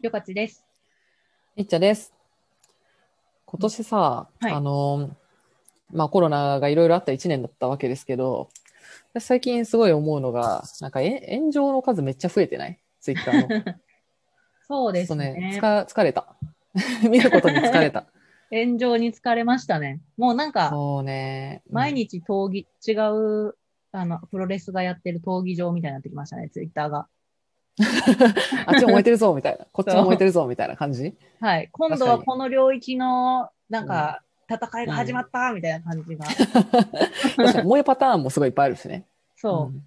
りょかちです。みっちゃです。今年さ、はいあの、まあコロナがいろいろあった1年だったわけですけど、私最近すごい思うのが、なんかえ炎上の数めっちゃ増えてないツイッターの。そうちょでっすとね、ねつ。か疲れた。 見ることに疲れた。炎上に疲れましたね。もうなんか、そうね。うん毎日闘技、違う、あの、プロレスがやってる闘技場みたいになってきましたね、ツイッターが。あっちも燃えてるぞ、みたい な。こっちも燃えてるぞ、みたいな感じ。はい。今度確はかにこの領域の、なんか、戦いが始まった、みたいな感じが。確かに燃えパターンもすごいいっぱいあるしね。そん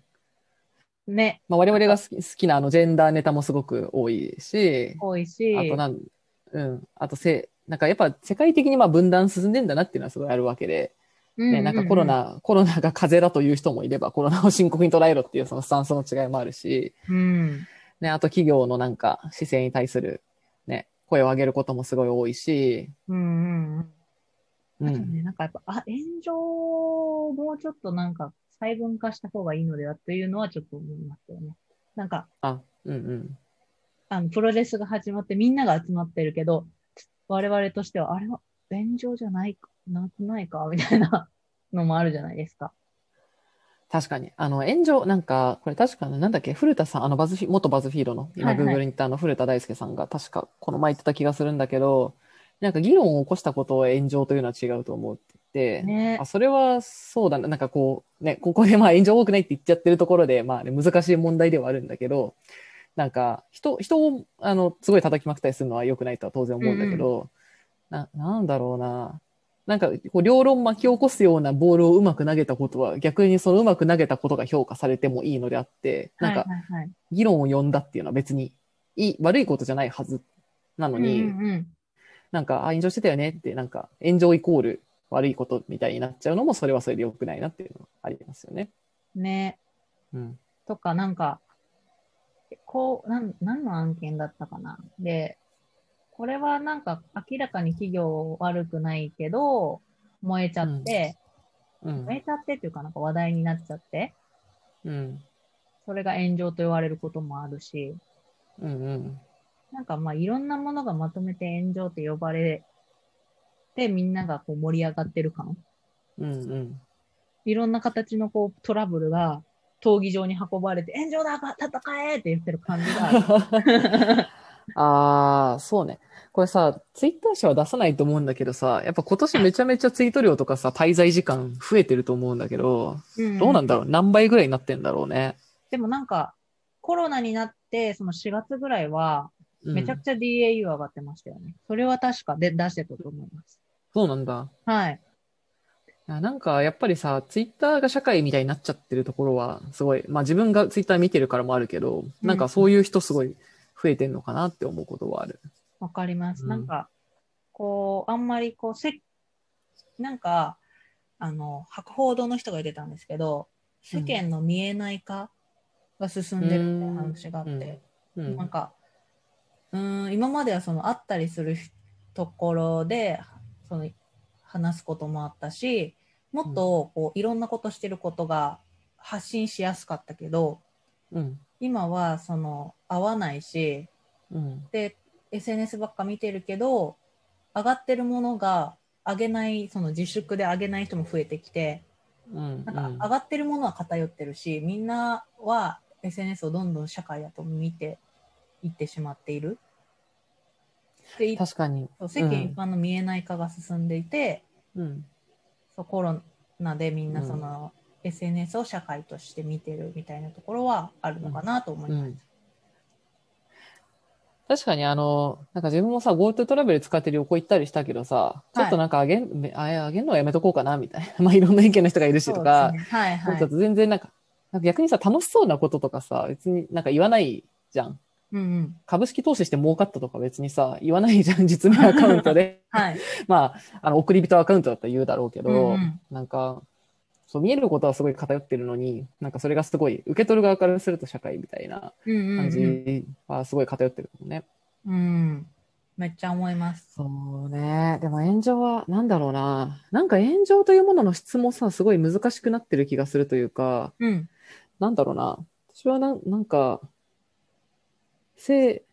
う。ね、まあ、我々が好き好きなあのジェンダーネタもすごく多いし、多いし。あとなん、うん、あとせ、なんかやっぱ世界的にまあ分断進んでんだなっていうのはすごいあるわけで、うううね、なんかコロ。ナ、コロナが風邪だという人もいれば、コロナを深刻に捉えろっていうそのスタンスの違いもあるし、うん。ね、あと企業のなんか姿勢に対する、ね、声を上げることもすごい多いし、うんうんうん。うあとん、ね、なんかやっぱ、あ、炎上をもうちょっとなんか細分化した方がいいのではというのはちょっと思いますよね。なんか、あ、うんうん。あの、プロレスが始まってみんなが集まってるけど、我々としては、あれは炎上じゃないか、なくないかみたいな のもあるじゃないですか。確かに。あの、炎上、なんか、これ確か、なんだっけ、古田さん、あの、バズフィ、元バズフィードの、今、はいはい Google に行ったあの、古田大輔さんが、確か、この前言ってた気がするんだけど、なんか、議論を起こしたことを炎上というのは違うと思うって言って、ね あ、それは、そうだな。なんかこう、ね、ここでまあ、炎上多くないって言っちゃってるところで、まあ、ね、難しい問題ではあるんだけど、なんか、人、人を、あの、すごい叩きまくったりするのは良くないとは当然思うんだけど、な、なんだろうな。なんか、こう、両論巻き起こすようなボールをうまく投げたことは、逆にそのうまく投げたことが評価されてもいいのであって、なんはかい、はいはい。議論を呼んだっていうのは別に、いい、悪いことじゃないはずなのに、うんうんなんか、あ、炎上してたよねって、なんか、炎上イコール悪いことみたいになっちゃうのも、それはそれで良くないなっていうのはありますよね。うん。ねうん。とか、なんか、こう、なん、何の案件だったかな。で、これはなんか明らかに企業悪くないけど、燃えちゃって、うん。燃えちゃってっていうかなんか話題になっちゃって、うん。それが炎上と言われることもあるし、うんうん。なんかまあいろんなものがまとめて炎上って呼ばれて、みんながこう盛り上がってる感。うんうん。いろんな形のこうトラブルが闘技場に運ばれて、炎上だ戦えって言ってる感じがある。ああ、そうね。これさ、ツイッター社は出さないと思うんだけどさ、やっぱ今年めちゃめちゃツイート量とかさ、滞在時間増えてると思うんだけど、ど うなんだろう何倍ぐらいになってんだろうね。でもなんか、コロナになって、その4月ぐらいは、うんめちゃくちゃ DAU 上がってましたよね。それは確かで出してたと思います。そうなんだ。はい。いやなんか、やっぱりさ、ツイッターが社会みたいになっちゃってるところは、すごい、まあ自分がツイッター見てるからもあるけど、なんかそういう人すごい増えてんのかなって思うことはある。わかります。うんなんか、こう、あんまりこう、せなんか、あの、博報堂の人が言ってたんですけど、うん世間の見えない化が進んでるみたいな話があって、うなんん。か、うーん、今まではその会ったりするところで、その話すこともあったし、もっとこういろんなことしてることが発信しやすかったけど、うん。今はその会わないし、うん。で、SNS ばっか見てるけど、上がってるものが上げない、その自粛で上げない人も増えてきて、うん。なんか上がってるものは偏ってるし、みんなは SNS をどんどん社会だと見ていってしまっている。で、い確かに。そう世間一般の見えない化が進んでいて、うん。そうコロナでみんなその、SNS を社会として見てるみたいなところはあるのかなと思います。確かにあの、なんか自分もさ、GoTo トラベル使って旅行行ったりしたけどさ、いちょっとなんかあげん、めああげんのはやめとこうかな、みたいな。ま あいろんな意見の人がいるしそうとでかす、ね。はいなんはいか。全然なんか、なんか逆にさ、楽しそうなこととかさ、別になんか言わないじゃん。うんうん。株式投資して儲かったとか別にさ、言わないじゃん、実名アカウント で。はい。まあ、あの、送り人アカウントだったら言うだろうけど、うんうんなんか、そう見えることはすごい偏ってるのに、なんかそれがすごい、受け取る側からすると社会みたいなうんうん感うんじはすごい偏ってるもんね。うん。めっちゃ思います。そうね。でも炎上は、なんだろうな。なんか炎上というものの質もさ、すごい難しくなってる気がするというか、うん。なんだろうな。私はなん、なんか、性、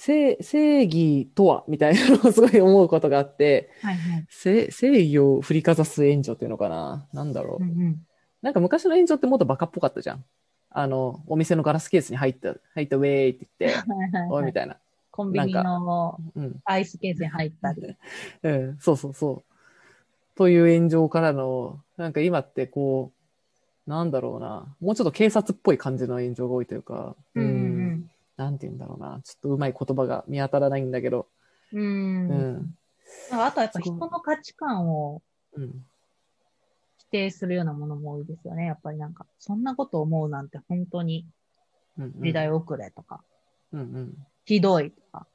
正正義とはみたいなのをすごい思うことがあって、はいはい。正正義を振りかざす援助っていうのかななんだろうう。んうん。なんか昔の炎上ってもっとバカっぽかったじゃん。あの、お店のガラスケースに入った、入ったウェーイって言って、はいはいおいはみい、たいな。コンビニのうん。アイスケースに入ったり。うん、そうそうそう。という炎上からの、なんか今ってこう、なんだろうな。もうちょっと警察っぽい感じの炎上が多いというか、うんなんて言うんだろうな。ちょっとうまい言葉が見当たらないんだけど、うんうん。ううんん。なんかあとはやっぱ人の価値観をうん。否定するようなものも多いですよね。やっぱりなんか、そんなこと思うなんて本当にうん時代遅れとか、うんうん。ひどいとか、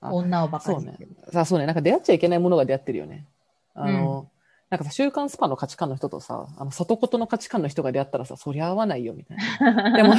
あ女をバカそうにねしてる。。さあ、そうね。なんか出会っちゃいけないものが出会ってるよね。あの、なんかさ、週刊スパの価値観の人とさ、あの、里琴の価値観の人が出会ったらさ、そりゃ合わないよ、みたいな。 でも、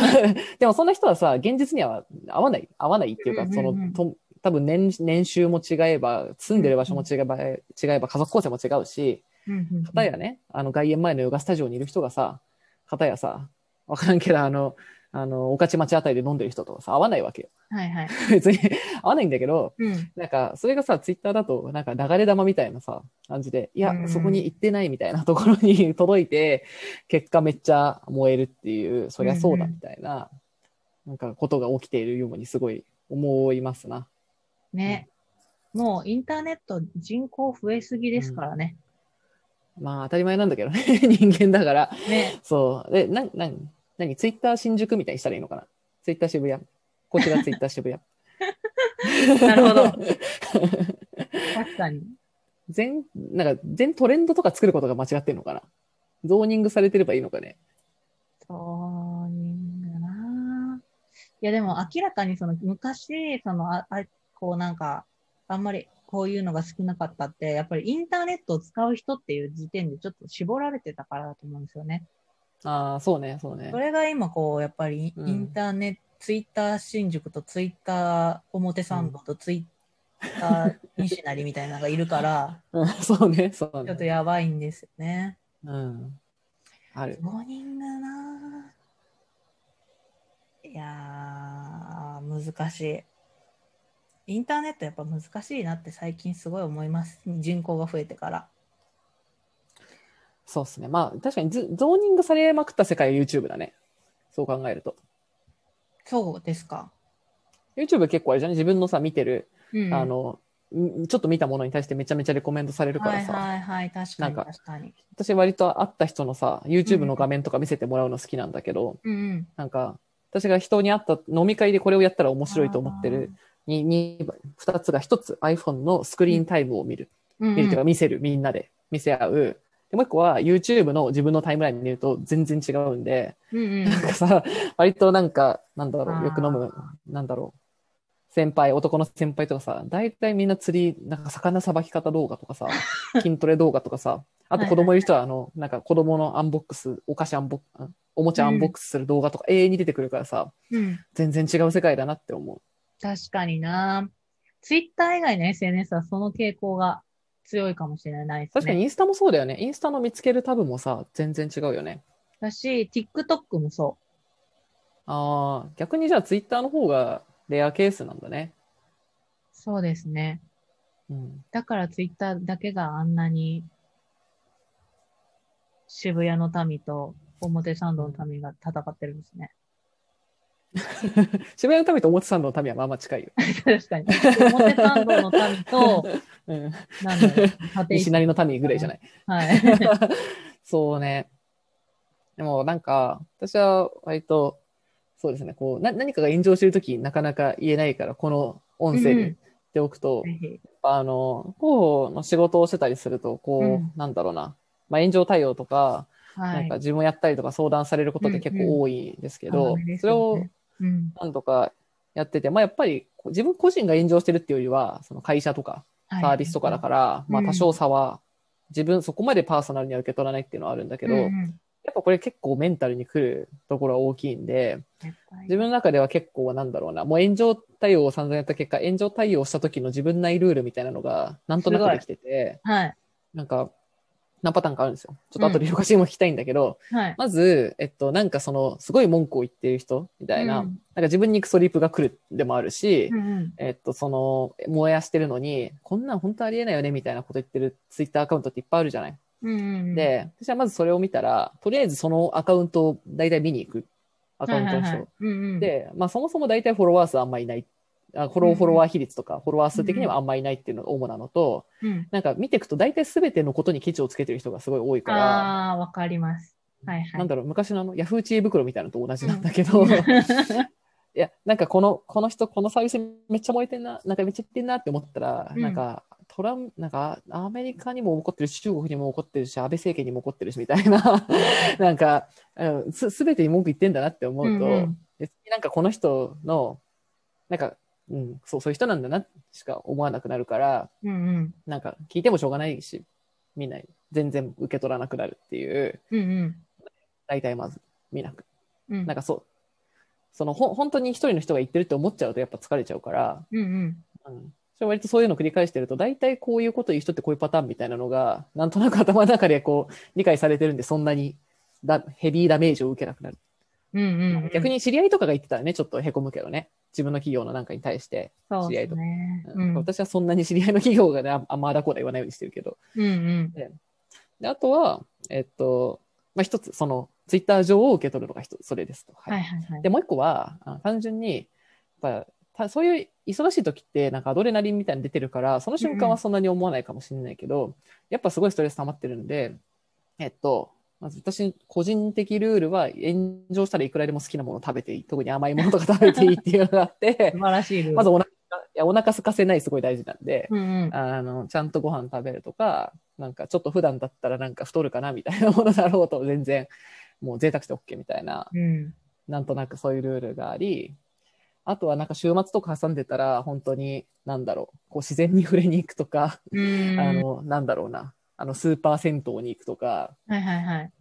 でもそんな人はさ、現実には合わない、合わないっていううか、んうそんうんの、と多分年、年収も違えば、住んでる場所も違えば、違えば、家族構成も違うし、うんうんうん片やね、あの、外苑前のヨガスタジオにいる人がさ、片やさ、わからんけど、あの、あの、御徒町あたりで飲んでる人とかさ、合わないわけよ。 はいはい。別に、合わないんだけど、うん。なんか、それがさ、ツイッターだと、なんか流れ玉みたいなさ、感じで、いやう、んそこに行ってないみたいなところに 届いて、結果めっちゃ燃えるっていう、そりゃそうだうんうみんたいな、なんかことが起きているようにすごい思いますな。ね。もうインターネット人口増えすぎですからね。まあ、当たり前なんだけどね、 人間だから。ね。そう。で、な、なに、なに、ツイッター新宿みたいにしたらいいのかなツイッター渋谷。こちらツイッター渋谷。なるほ ど。確かに。全、なんか、全トレンドとか作ることが間違ってるのかなゾーニングされてればいいのかねそうにだな。いや、でも明らかにその昔、そのああ、こうなんか、あんまりこういうのが少なかったって、やっぱりインターネットを使う人っていう時点でちょっと絞られてたからだと思うんですよね。ああ、そうね、そうねそ。れが今こう、やっぱりイうんインターネット、ツイッター新宿とツイッター表参道とツイッター西成みたいなのがいるから、うんそうね、そうちょっとね。やばいんですよね。うん。ある。モーニングなぁいやー難しいインターネットやっぱ難しいなって最近すごい思います人口が増えてからそうですね。まあ、確かにずゾーニングされまくった世界は YouTube だね。そう考えると。そうですか、 YouTube 結構あれじゃない自分のさ、見てる、うんあの、んちょっと見たものに対してめちゃめちゃレコメンドされるかはらいさ、はいはい確かになんか確かに私割と会った人のさ、YouTube の画面とか見せてもらうの好きなんだけど、うんうんなんか、私が人に会った飲み会でこれをやったら面白いと思ってるにに二つが一つ iPhone のスクリーンタイムを見る。うんうん見るというか見せる、みんなで見せ合う。で、もう一個は YouTube の自分のタイムライン見ると全然違うんで、うんうんなんかさ、割となんか、なんだあろーう、よく飲む、なんだろう。先輩、男の先輩とかさ、大体みんな釣り、なんか魚さばき方動画とか さ、筋トレ動画とかさ、あと子供いる人は、あの、なんか子供のアンボックス、お菓子アンボックス、おもちゃアンボックスする動画とか永遠に出てくるからさ、うん全然違う世界だなって思確かになツイッター以外の SNS はその傾向が強いかもしれないでう。すね確かにインスタもそうだよね。インスタの見つけるタブもさ、全然違うよね。だし TikTok もそああ、逆にじゃあツイッターの方がレアケースなんだね。うそうですねうん。だからツイッターだけがあんなに渋谷の民と表参道の民が戦ってるんですね。渋谷の民と表参道の民はまあまあ近いよ。確かに。表参道の民と、 うん。なんだろう、立西石。成の民ぐらいじゃない。はい。そうね。でもなんか、私は割と、そうですね、こう、な何かが炎上してるときなかなか言えないから、この音声に言っておくと、ぜひ。あの、広報の仕事をしてたりすると、こう、うんなんだろうな、まあ、炎上対応とか、はなんいか。自分やったりとか相談されることって結構多いんですけど、甘めですそれよをねうん。なんとかやってて、まあやっぱりこう自分個人が炎上してるっていうよりは、その会社とかササービスとかだから、まあうん多少差は、自分そこまでパーソナルには受け取らないっていうのはあるんだけど、やっぱこれ結構メンタルに来るところは大きいんで、自分の中では結構なんだろうな、もう炎上対応を散々やった結果、炎上対応した時の自分内ルールみたいなのがなんとなくできてて、はい。なんか、何パターンかあるんですよ。ちょっと後でよかしいも聞きたいんだけど、はい。まず、えっと、なんかその、すごい文句を言ってる人みたいな、うんなんか自分にクソリプが来るでもあるし、うんうんえっと、その、燃やしてるのに、こんなん本当ありえないよねみたいなこと言ってるツイッターアカウントっていっぱいあるじゃない。うんうん、で、私はまずそれを見たら、とりあえずそのアカウントを大体見に行く。アカウントの人。はいはいはいうんうん、で、まあそもそも大体フォロワー数あんまいない。あフォロうんうーんフォロワー比率とか、フォロワー数的にはあんまいないっていうのが主なのと、うん、なんか見ていくと大体全てのことにケチをつけてる人がすごい多いから、ああ、わかります。はいはい。なんだろう、昔のあの、ヤフー知恵袋みたいなのと同じなんだけど、うんいや、なんかこの、この人、このサービスめっちゃ燃えてんな、なんかめっちゃ言ってんなって思ったら、うんなんか、トランなんか、アメリカにも起こってるし、中国にも起こってるし、安倍政権にも起こってるし、みたいな、 なんか、うんす、すべてに文句言ってんだなって思う と、うん別になんかこの人の、なんか、うん、そう、そういう人なんだな、しか思わなくなるから、うんうんなんか、聞いてもしょうがないし、見ない。全然受け取らなくなるっていう、うんうん大体まず見なくうんなんかそう、そのほん本当に一人の人が言ってるって思っちゃうとやっぱ疲れちゃうから、うんうんうん、それ割とそういうの繰り返してると、大体こういうこと言う人ってこういうパターンみたいなのが、なんとなく頭の中でこう理解されてるんで、そんなにだヘビーダメージを受けなくなる。うんうん逆に知り合いとかが言ってたらね、ちょっとへこむけどね、自分の企業のなんかに対して。そう知り合いでとすね。ううんん私はそんなに知り合いの企業がね、ああんまあだこうだ言わないようにしてるけど。うんであとは、えっと、まあ、一つ、その、ツイッター上を受け取るのが一つ、それですと。はいはいはい。でもう一個はあ単純にやっぱたそういう忙しい時ってなんかアドレナリンみたいなの出てるからその瞬う間んうはんそんなに思わないかもしれないけど、やっぱすごいストレス溜まってるんでえっとまず私個人的ルールは炎上したらいくらでも好きなものを食べていい特に甘いものとか食べていいっていうのがあって 素晴らしいルール。まずお腹いやお腹空かせないすごい大事なんで、うんうんあのちゃんとご飯食べるとかなんかちょっと普段だったらなんか太るかなみたいなものだろうと全然もう贅沢して OK みたいなうんなんとなくそういうルールがあり、あとはなんか週末とか挟んでたら、本当に、なんだろう、こう自然に触れに行くとか、うんあの、なんだろうな、あの、スーパー銭湯に行くとか、はいはいはい。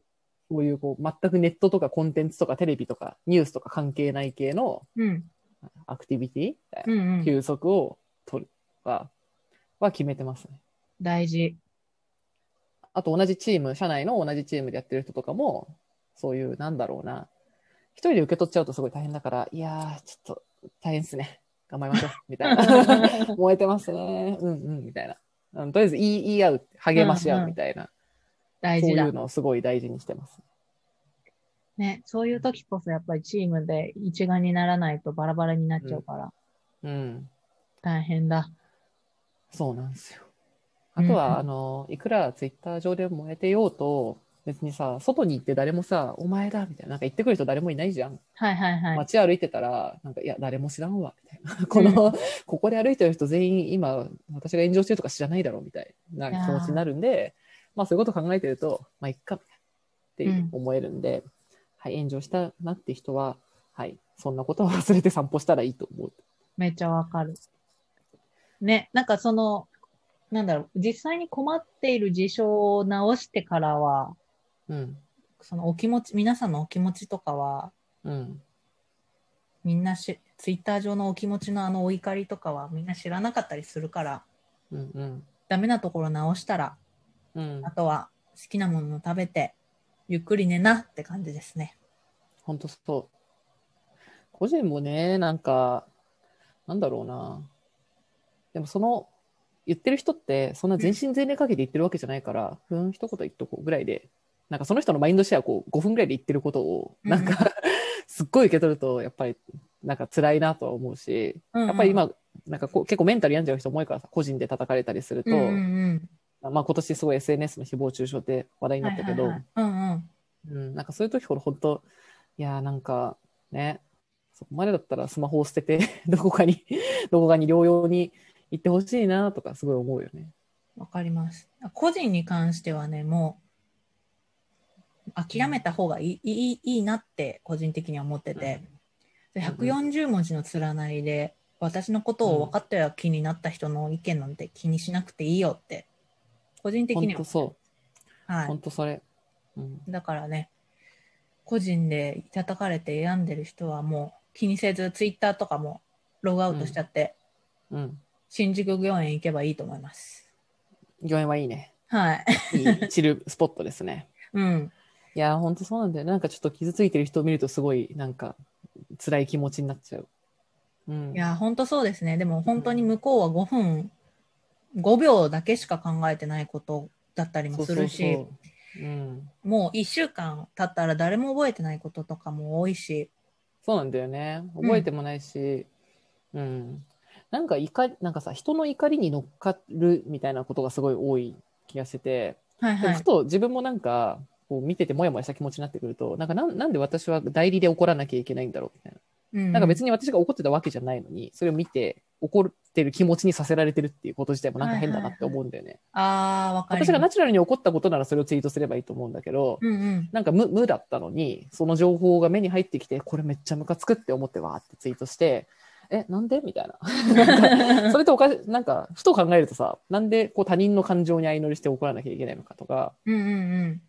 そういうこう、全くネットとかコンテンツとかテレビとかニュースとか関係ない系のうんアクティビティみたいうんうなん休息を取るとかは決めてますね。大事。あと同じチーム、社内の同じチームでやってる人とかも、そういう、なんだろうな、一人で受け取っちゃうとすごい大変だから、いやー、ちょっと大変ですね。頑張り ましょう。みたいな。燃えてますね。うんうん、みたいな。うんとりあえず言い言い合う、励まし合うみたいな、大そう事いだ。うのをすごい大事にしてます。ね、そういう時こそやっぱりチームで一丸にならないとバラバラになっちゃうからうん。大変だ。そうなんですよ。あうとんうんは、あの、いくらツイッター上で燃えてようと、別にさ、外に行って誰もさ、お前だみたいな、なんか言ってくる人誰もいないじゃん。はいはいはい。街歩いてたら、なんか、いや、誰も知らんわ、みたいな。この、ここで歩いてる人全員今、私が炎上してるとか知らないだろう、みたいな気持ちになるんで、まあそういうこと考えてると、まあいっか、みたいなって思えるんで、はい、炎上したなって人は、はい、そんなことは忘れて散歩したらいいと思う。めっちゃわかる。ね、なんかその、なんだろう、実際に困っている事象を直してからは、うん。そのお気持ち、皆さんのお気持ちとかは、うん。みんなし、ツイッター上のお気持ちのあのお怒りとかはみんな知らなかったりするから、うん。うん。ダメなところ直したら、うんあ。とは好きなものを食べて、ゆっくり寝なって感じですね。本当そう。個人もね、なんか、なんだろうな。でもその、言ってる人って、そんな全身全霊かけて言ってるわけじゃないから、ふん、一言言っとこうぐらいで、なんかその人のマインドシェアこう5分ぐらいで言ってることを、うんなんか、すっごい受け取ると、やっぱり、なんか辛いなとは思うし、ややっぱり、今、なんかこう結構メンタル病んじゃう人も多いからさ、個人で叩かれたりすると、うんうんうん、まあ今年すごい SNS の誹謗中傷って話題になったけど、はいはいはいうんうん。うん、なんかそういう時ほど本当、いやーなんかね、そこまでだったらスマホを捨てて、 どこかに、どこかに療養に行ってほしいなとかすごい思うよね。わかります。個人に関してはね、もう、諦めた方がいい,、いいいいなって個人的には思ってて、で140文字の連なりで、私のことを分かったよ気になった人の意見なんて気にしなくていいよって、個人的本には当。そはう、い本当それ。うん、だからね、個人で叩かれて病んでる人はもう気にせず、ツイッターとかもログアウトしちゃって、うん。新宿御苑行けばいいと思います。御苑はいいね。はい。いいチルスポットですね。うん。いやー、ほんとそうなんだよね。なんかちょっと傷ついてる人を見るとすごい、なんか、辛い気持ちになっちゃう。うん。いや、本当そうですね。でも本当に向こうは5分、5秒だけしか考えてないことだったりもするし、そうそうそううん。もう1週間経ったら誰も覚えてないこととかも多いし、そうなんだよね。覚えてもないし、うん。なんか怒り、なんかさ、人の怒りに乗っかるみたいなことがすごい多い気がしてて、はいでもはふい。と自分もなんか、こう見ててもやもやした気持ちになってくると、なんかなんなんで私は代理で怒らなきゃいけないんだろうみたいな。うん、なんか別に私が怒ってたわけじゃないのに、それを見て怒ってる気持ちにさせられてるっていうこと自体もなんか変だなって思うんだよね。ああ、わかります。私がナチュラルに怒ったことならそれをツイートすればいいと思うんだけど、うん うん。なんか無無だったのに、その情報が目に入ってきて、これめっちゃムカつくって思ってわーってツイートして、え、なんでみたいな。 なんかそれっておかし、なんか、ふと考えるとさ、なんでこう他人の感情に相乗りして怒らなきゃいけないのかとか、うんうん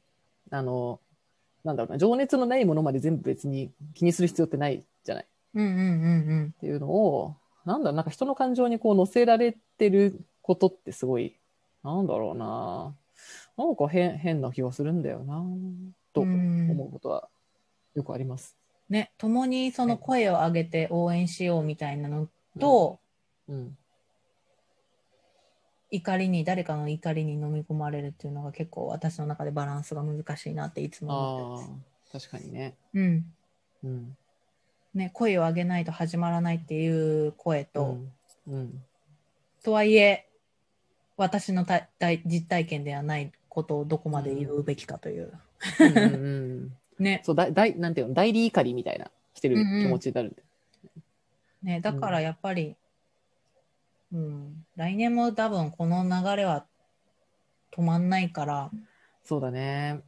あの、なんだろうな、情熱のないものまで全部別に気にする必要ってないじゃない。うん。うんうんうんうん。っていうのを、なんだろう、なんか人の感情にこう乗せられてることってすごい、なんだろうな。なんか変、変な気がするんだよな、とうん思うことはよくあります。ね、共にその声を上げて応援しようみたいなのと、うん。怒りに、誰かの怒りに飲み込まれるっていうのが結構私の中でバランスが難しいなっていつも思あってます。あ、確かにね。うん。うん。ね、声を上げないと始まらないっていう声と、うん。うん。とはいえ、私のた体実体験ではないことをどこまで言うべきかという。うんうんうんねそう、だ、だい、なんていうの、代理怒りみたいな、してる気持ちになるんだよね、だからやっぱり、うん来年も多分この流れは止まんないから、そうだね。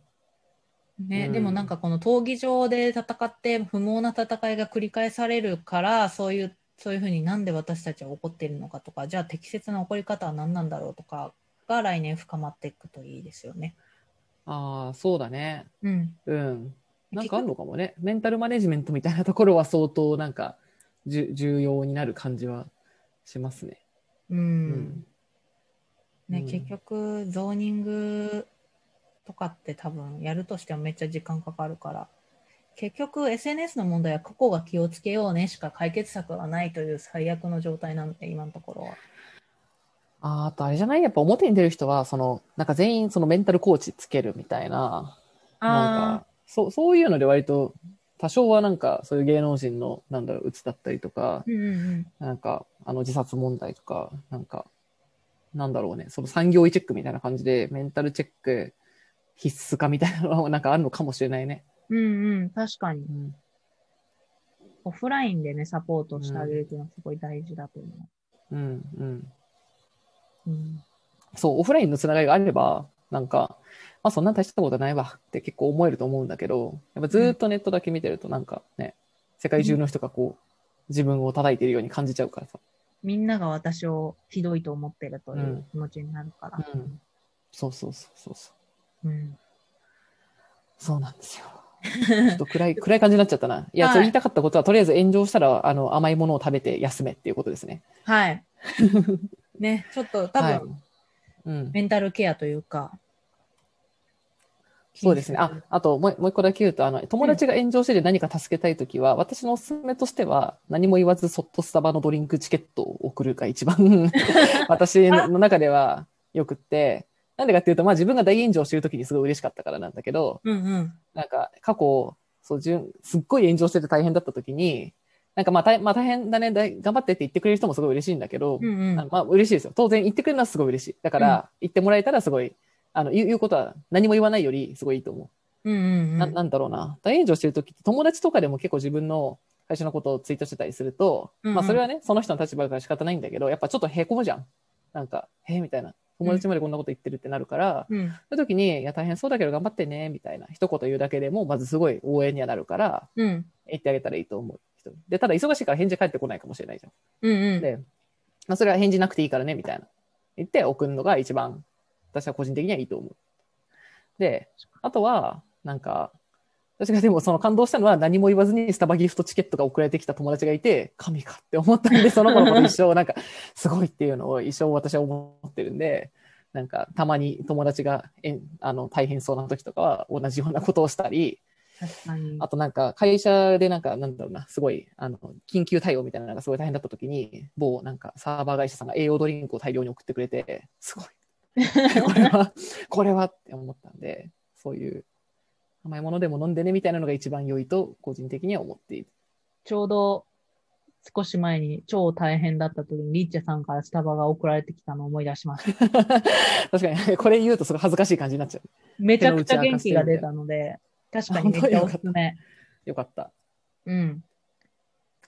ねうんでもなんかこの闘技場で戦って不毛な戦いが繰り返されるからそういうそういうふうになんで私たちは怒ってるのかとかじゃあ適切な怒り方は何なんだろうとかが来年深まっていくといいですよね。ああ、そうだね。うん、うん。なんかあるのかもね。メンタルマネジメントみたいなところは相当なんかじゅ重要になる感じはしますね。うんうん。ね、うん結局ゾーニングとかって多分やるとしてもめっちゃ時間かかるから結局 SNS の問題は個々が気をつけようねしか解決策はないという最悪の状態なんで今のところは。あーあとあれじゃないやっぱ表に出る人は、その、なんか全員そのメンタルコーチつけるみたいな、なんあか、そう、そういうので割と、多少はなんかそういう芸能人の、なんだろう、鬱だったりとか、ーうんうんなんか、あの自殺問題とか、なんか、なんだろうね、その産業医チェックみたいな感じで、メンタルチェック必須化みたいなのはなんかあるのかもしれないね。うんうんうん確かにうんオフラインでねサポートしてあげるっていうのはすごい大事だと思うんうん、う。うんそう、オフラインのつながりがあれば、なんか、まあそんな大したことないわって結構思えると思うんだけど、やっぱずーっとネットだけ見てるとなんかね、世界中の人がこう、自分を叩いてるように感じちゃうからさ。みんなが私をひどいと思ってるという気持ちになるから。うん。そうそうそうそうそう。うんそうなんですよ。ちょっと暗い、暗い感じになっちゃったな。いや、はいそう言いたかったことは、とりあえず炎上したら、あの、甘いものを食べて休めっていうことですね。 はい。ねちょっと多分、はいうん。メンタルケアというか。そうですね。あ、あともう、もう一個だけ言うと、あの、友達が炎上してて何か助けたいときは、私のおすすめとしては、何も言わずそっとスタバのドリンクチケットを送るが一 番、私の中ではよくって、なんでかっていうと、まあ自分が大炎上してるときにすごい嬉しかったからなんだけど、うんうん。なんか過去、そう、じゅんすっごい炎上してて大変だったときに、なんかまあ大,、まあ、大変だねだい頑張ってって言ってくれる人もすごい嬉しいんだけど、うんうんあのまあ嬉しいですよ。当然言ってくれるのはすごい嬉しい。だから、言ってもらえたらすごい、あの、言う言うことは何も言わないよりすごいいいと思うう。んうんう。なんなんだろうな、大炎上してる時って友達とかでも結構自分の会社のことをツイートしてたりすると、うんうんまあそれはね、その人の立場だから仕方ないんだけど、やっぱちょっとへこむじゃん。なんか、へえみたいな。友達までこんなこと言ってるってなるから、うんそういう時に、いや大変そうだけど頑張ってね、みたいな一言言うだけでも、まずすごい応援にはなるから、うん言ってあげたらいいと思う人。で、ただ忙しいから返事返ってこないかもしれないじゃん。うんうん。で、まあそれは返事なくていいからね、みたいな。言って送るのが一番、私は個人的にはいいと思う。で、あとは、なんか、私がでもその感動したのは何も言わずにスタバギフトチケットが送られてきた友達がいて、神かって思ったんで、その子のこと一生、なんか、すごいっていうのを一生私は思ってるんで、なんかたまに友達がえんあの大変そうな時とかは同じようなことをしたり、確かに。あとなんか会社でなんかなんだろうな、すごいあの緊急対応みたいなのがすごい大変だった時に、某なんかサーバー会社さんが栄養ドリンクを大量に送ってくれて、す ごい、これは、これはって思ったんで、そういう甘いものでも飲んでねみたいなのが一番良いと個人的には思っている。 ちょうど少し前に超大変だった時にリッチェさんからスタバが送られてきたのを思い出しま した。確かに、これ言うとすごい恥ずかしい感じになっちゃう。めちゃくちゃ元気が出たので、確かにめっちゃおすすめ。よかった。うん。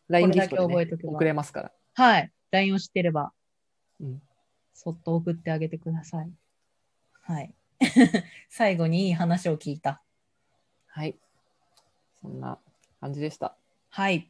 LINE ギフトで、これだけ覚えとね、けば送れますから。はい。LINE を知ってれば、うんそっと送ってあげてください。はい。 最後にいい話を聞いた。はい。そんな感じでした。はい。